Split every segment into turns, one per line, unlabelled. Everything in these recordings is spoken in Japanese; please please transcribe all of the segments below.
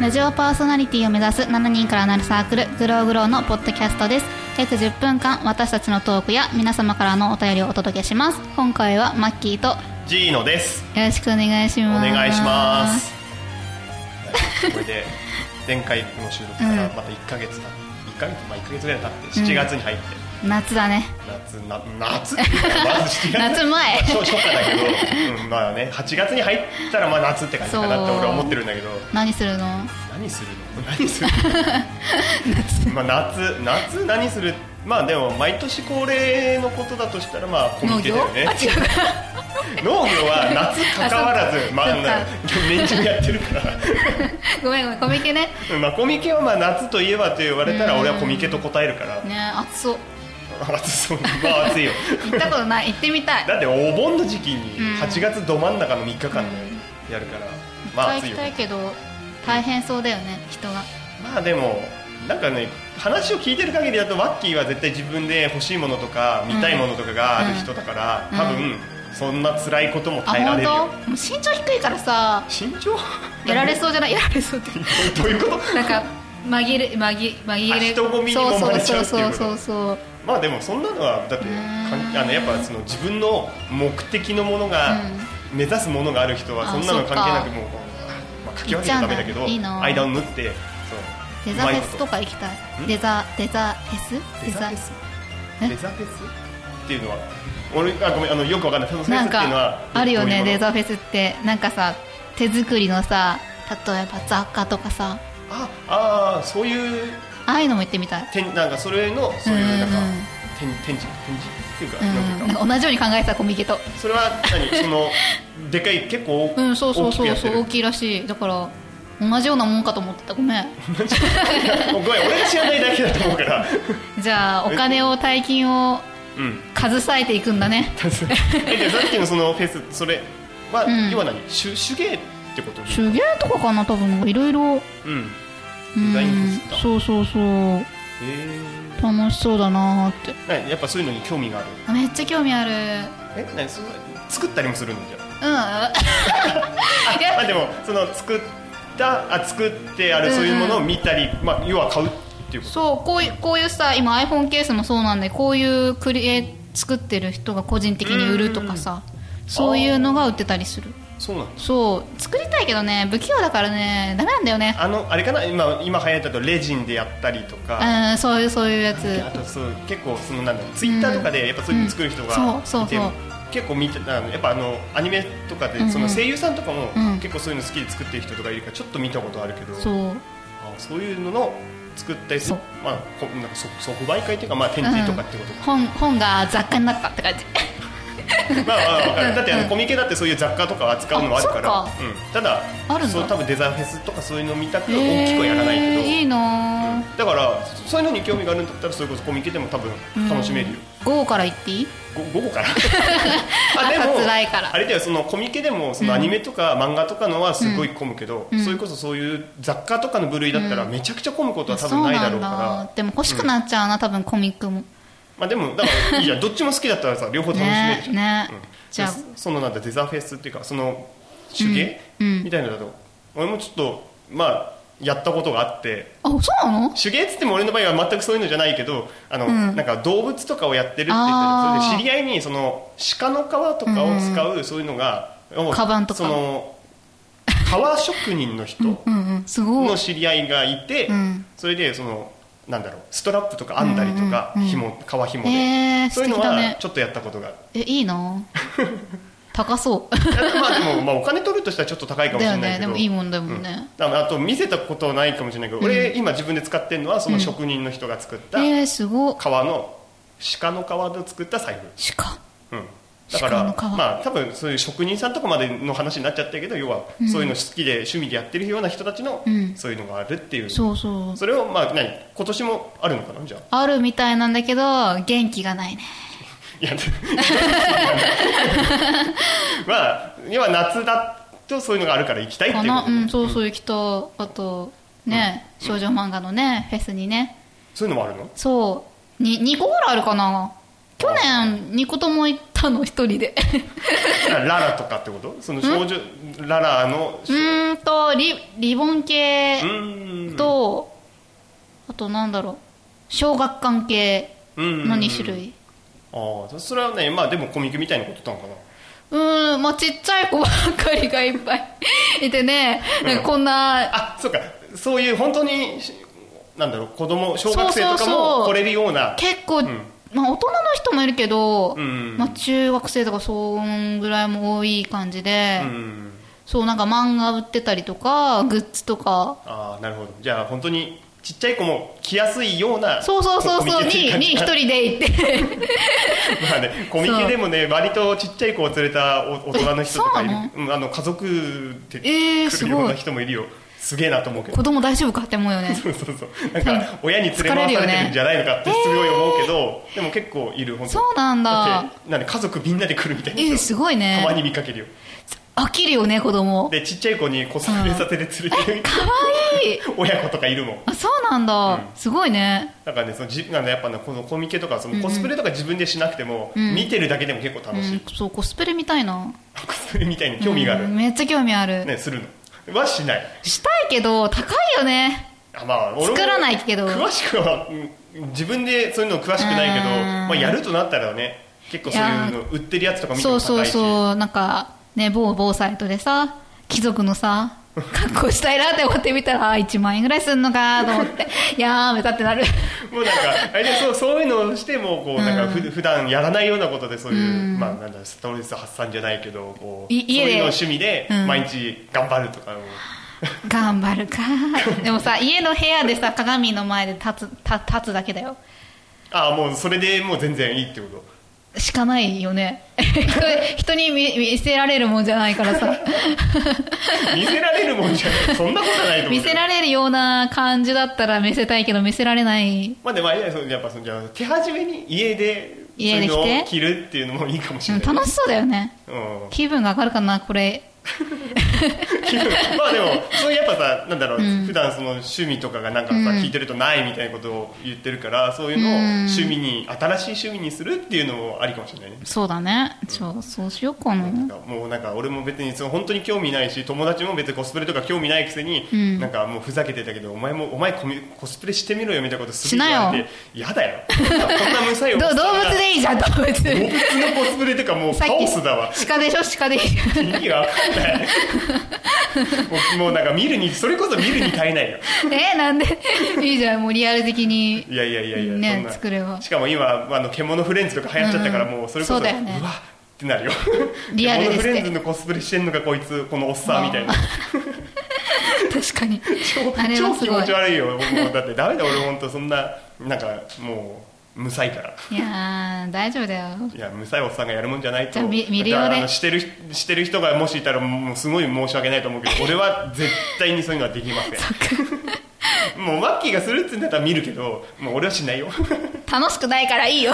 ラジオパーソナリティを目指す7人からなるサークルグローグローのポッドキャストです約10分間私たちのトークや皆様からのお便りをお届けします今回はマッキーと
ジーノです
よろしくお願いし
お
ます
願いしますはいこれで前回の収録からまた1ヶ月た1ヶ月まあ1ヶ月ぐらい経って7月に入って、
夏だね
夏な夏まず7月
夏前
まあ、初初夏だけど、うん、まあね8月に入ったらまあ夏って感じかなって
そう
俺は思ってるんだけど
何するの
何するの何するのまあ夏夏何するまあでも毎年恒例のことだとしたらまあコミ
農
ケ
業
だよね
あ違うか
農業は夏関わら
あそう
ず
か
まあ
そうか
年中やって るから
ごめんごめんコミケね
まあコミケはまあ夏といえばと言われた
う
ら
ん
俺はコミケと答えるから
ね暑そう
暑そうまあ暑いよ
行ったことない行ってみたい
だってお盆の時期に
うん
8月ど真ん中の3日間でやるからまあ
行
暑い
き
よ
たいけど大変そうだよね人が
まあでもなんかね話を聞いてる限りだとワッキーは絶対自分で欲しいものとか見たいものとかがある人だから
うん
多分そんな辛いことも
あ
耐えら
本
れる
当
よ
もう身長低いからさ
身長
やられそうじゃないやられそうって
う どういうこと
なんか紛れ紛紛れ
あ人混みに揉まれちゃうって
そう
いう
そうそう
こと
そうそう
まあでもそんなのはだってかんあのやっぱその自分の目的のものが、目指すものがある人は
あ
そんなの関係なく
そっか
もう、まあ、書き分けちゃダメだけど
いっちゃうんだいいな
間を縫ってそう
デザフェスとか行きたい
ん
デザデザフェス
デザフェス
え
デザフェスっていうのは俺あごめんあのよくわかんないそのフェ
な
スっ
ん
ていうの
か
は
あるよね
どうい
デ
うもの
ザフェスってなんかさ手作りのさ例えば雑貨とかさ
ああーそういう
ああいうのも行ってみたい
展なんかそれのそういうなんか
うんうんうん
展展示展示っていうか
う
なん
ん
ていう
な
か
んか同じように考えてたコミケと
それは 何そのでかい結構大
うんそうそう
大きく
そ
や
う
って
そう
る
大きいらしいだから同じようなもんかと思ってたごめん
ごめん俺が知らないだけだと思うから
じゃあお金を大金を
うん
携えていくんだね
えじゃあさっきのそのフェスそれは、
うん
要は何手手芸ってこと
手芸とかかな多分いろいろ
うん
うん
デザインですか
そうそうそう
え
楽しそうだなーって
えやっぱそういうのに興味がある
あめっちゃ興味ある
え何その作ったりもするんじゃ
うんい
まあ
や
でもその作ったあ作ってあ
う
る
んうん
そういうものを見たり、まあ要は買うっていうこと
そうこういうこういうさ今 iPhone ケースもそうなんでこういうクリエ作ってる人が個人的に売るとかさそういうのが売ってたりする
そうなんだ
そう作りたいけどね不器用だからねダメなんだよね
あのあれかな今今流行ったとレジンでやったりとか
うんそういうそういうやつ
あとそう結構そのなんだろうツイッターとかでやっぱそういうの作る人がいて、
うんそうそうそう
結構見てあのやっぱあのアニメとかで、
うんうん
その声優さんとかも、
うん
結構そういうの好きで作ってる人とかいるからちょっと見たことあるけど
そう
あそういうのの作ったりす
そう
る、まあ、こなんかそ即売会というか、まあ、展示とかってこと か、
本本が雑貨になったって感 じ
まあまあまあわか
うん
るだってあのコミケだってそういう雑貨とか扱うのもあるから
あそ
うん、ただ
あるんだ
そう多分デザインフェスとかそういうの見たく大きくはやらないけど、
えーいいなー
だからそそういうのに興味があるんだったらそれこそコミケでも多分楽しめるよ、
午後から行っていい
ご午後から
朝辛いから
あれだよそのコミケでもそのアニメとか漫画とかのはすごい混むけど、
うん
それこそそういう雑貨とかの部類だったらめちゃくちゃ混むことは多
そう
分ない
な
だ
ん
ろうから、
だでも欲しくなっちゃうな、多分コミックも
まあでもだからいいじゃんどっちも好きだったらさ両方楽しめる
ね
じゃ
ね、
ん、うん
じゃあ
でそのなんだデザフェスっていうかその手芸、
うんうん
みたいなのだと俺もちょっとまあやったことがあって
あそうなの
手芸っつっても俺の場合は全くそういうのじゃないけどあの、
うん
なんか動物とかをやってるって言って
あー
たそれで知り合いにその鹿の皮とかを使うそういうのが、を
カバンとか
その革職人の人
うんうんすごい
の知り合いがいて、
うん
それでそのなんだろうストラップとか編んだりとか、
うんうんうん
紐革紐で、
えー、
そ
素
ういうの
敵だ
は
ね
ちょっとやったことがある
えいい な高そう
まあでも、まあ、お金取るとしたらちょっと高いかもし
だよ
れな
ね
いけ
で
ど
もいいもんだもんね、
だからあと見せたことはないかもしれないけど、俺今自分で使ってるのはその職人の人が作った
えー、すごい
革の鹿の革で作った財
鹿
布、うん、だから
鹿の革
まあ多分そういう職人さんとかまでの話になっちゃったけど要はそういうの好きで趣味でやってるような人たちの
うん
そういうのがあるっていう、
そうそう
それをまあ何今年もあるのかなじゃあ
あるみたいなんだけど元気がないね
いや まあ要は夏だとそういうのがあるから行きたいってい
か
う
な
こ
う
とで
んそうそう行きとあとね、少女漫画のねフェスにね
そういうのもあるの
そうに2個ぐらいあるかな去年2個とも行った他の一人で
ララとかってことその少女ララ の
うーんとリリボン系
うーん
とあとなんだろう小学館系の2種類
ああそれはねまあでもコミックみたいなことなのかな
うーんまあちっちゃい子ばっかりがいっぱい いてねなんかこんな
あそうかそういう本当にしなんだろう子供小学生と
そう
か
そうそう
も来れるような
結構、
ん
まあ、大人の人もいるけど、
うん
まあ、中学生とかそんぐらいも多い感じで、
うん
そうなんか漫画売ってたりとかグッズとか
ああなるほどじゃあ本当にちっちゃい子も来やすいような
そうそうそうそう
コミケってい
に
感
に
じ
一人で行って
まあね、コミケでもね割とちっちゃい子を連れたお大人の人とかい
え
る
そうな
うんあの家族で
えー
来るよう
すご
ない人もいるよ、すげえなと思うけど
子供大丈夫かって思うよね
そうそうそうなんか親に連れ回されてるんじゃないのかってすごい思うけど、でも結構いる本当
そうなんだ
ってなんで家族みんなで来るみたいな
えー、すごい
たまに
ね
見かけるよ
飽きるよね子供
でちっちゃい子にコスプレさせて連れてる
かわいい
親子とかいるもん
あそうなんだ、
うん
すごいね
だからねそのじなんかやっぱねこのコミケとかそのコスプレとか自分でしなくても、
うん
見てるだけでも結構
う
楽しい、
んそうコスプレみたいな
コスプレみたいに興味がある、
うんめっちゃ興味ある、
ねするのはしない
したいけど高いよね
あまあ、俺も
作らないけど
詳しくはうん自分でそういうの詳しくないけど、
うん
まあ、やるとなったらね結構そういうの売ってるやつとか見て
そ
も
うそ
高
う
いし
そうなんかね某某サイトでさ貴族の さ格好したいなって思ってみたらあ1万円ぐらいすんのかと思ってやーめたってなる
もうなんかあれでそうそういうのをしてもこうなんかふ、
うん
普段やらないようなことでそういう、
うん
まあ、なんだストレス発散じゃないけどこう
い家で
そういうのを趣味で
うん
毎日頑張るとかを、
頑張るかでもさ家の部屋でさ鏡の前で立つ立立つだけだよ
ああもうそれでもう全然いいってこと
しかないよね 人人に見見せられるもんじゃないからさ
見せられるもんじゃないそんなことはないと思う
見
け
せ
ど
られるような感じだったら見せたいけど見せられない
まあでもあれだよそうやっぱそのじゃあ手始めに家でそう
家
い
で着て
うのを着るっていうのもいいかもし
で
れ
も
ない、
楽しそうだよね
うん、
気分が上がるかなこれ
まあでもそういうやっぱさなんだろう、
うん
普段その趣味とかがなんかさ、
うん
聞いてるとないみたいなことを言ってるからそういうのを
うん
趣味に、新しい趣味にするっていうのもありかもしれないね、
そうだねそうそうしようかな
なんかもうなんか俺も別にその本当に興味ないし友達も別にコスプレとか興味ないくせに、
うん
なんかもうふざけてたけどお前もお前コミコスプレしてみろよみたいなことす
し
る
なよ
って嫌だよこんな無作用
ど動物
で
でいいじ ゃん動物
動物のコスプレとかもう
さっ
カオ
き
スだわ
鹿でしょ鹿でいいじゃん
意味が分か んないもうもうなんか見るにそれこそ見るに耐えないよ
えなんでいいじゃんもうリアル的に
いやいやいやいや、
ね
そんな
作れば
しかも今あの獣フレンズとか流行っちゃったから、
うんうん
もうそれこそ
そうだよね
わってなるよ
リアルですね
獣フレンズのコスプレしてんのかこいつこのおっさんみたいな
確かに
超
あれは
超
す
気
ご
持
い
ち悪いよもうだってダメだ俺本当そんななんかもうむさいから
いやー大丈夫だ よ
いやむさいおっさんがやるもんじゃないと
じゃあみ見るよね
だからあのしてるしてる人がもしいたらもうすごい申し訳ないと思うけ ど俺は絶対にそういうのはできませんもうマッキーがするっつうんだったら見るけどもう俺はしないよ
楽しくないからいいよ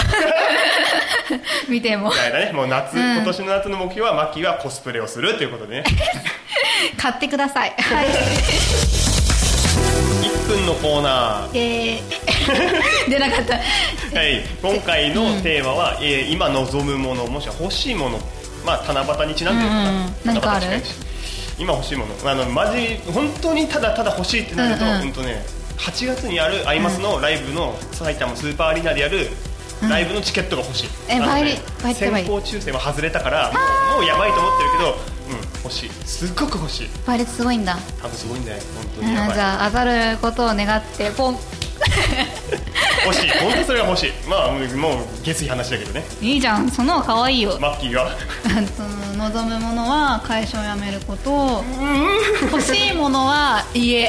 見ても
みたいなね、もう夏、
うん
今年の夏の目標はマッキーはコスプレをするということで ね。
買ってくだ さいはい
1分のコーナー。
えー 出なかった
はい、今回のテーマは、えー今望むもの、もしくは欲しいもの。まあ、七夕にちなんでる
うんうん
のか
な
な。
んかある
七夕に近いし今欲しいもの、あの、マジ、本当にただただ欲しいってなると、
うんうん
本当ね。8月にあるアイマスのライブの埼玉スーパーアリーナでやる。ライブのチケットが欲しい。
え
なので
倍率倍率やばい
先行抽選は外れたから、もうもうやばいと思ってるけど、うん、欲しい。すっごく欲しい。
倍率すごいんだ
多分すごいんだよ本当
うん
に
じ
やばい
ゃあ当たることを願ってポン
欲しい本当それは欲しいまあもうもう下水話だけどね
いいじゃんその方が可愛いよ
マッキー が
あの望むものは会社を辞めること欲しいものは 家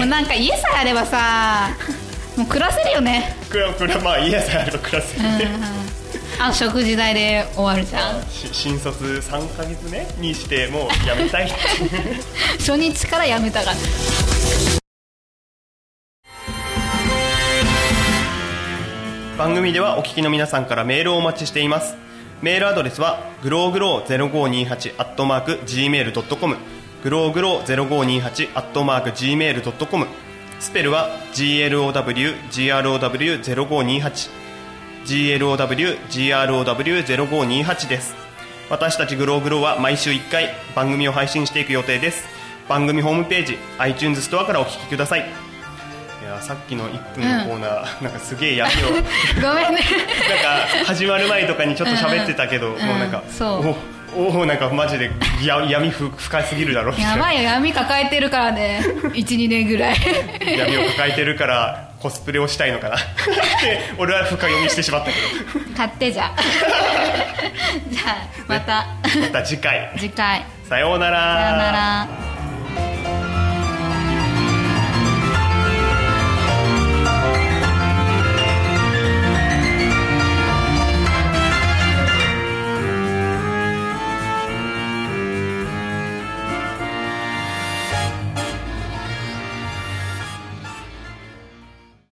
もうなんか家さえあればさもう暮らせるよね
これはこれはまあ家さえあれば暮らせ
うん
るね、
あ食事代で終わるじゃん
あし新卒3か月目にしてもうやめたいっていう
初日から辞めたから
番組ではお聞きの皆さんからメールをお待ちしていますメールアドレスはグローグロー0528アットマーク Gmail.com グローグロー0528アットマーク Gmail.com スペルは GLOWGROW0528 glowgrow0528 です私たちグローグローは毎週1回番組を配信していく予定です番組ホームページ iTunes ストアからお聞きくださいいやさっきの1分のコーナー、なんかすげえやめようなんか
ご めんね
始まる前とかにちょっと喋ってたけど、
うんうん
もうなんか、
うんそう
おおなんかマジでや闇ふ深すぎるだろう
やばいよ闇抱えてるからね12年ぐらい
闇を抱えてるからコスプレをしたいのかなって俺は深読みしてしまったけ
買 ってじゃじゃあまた
どまた次回
次回
さようなら
さようなら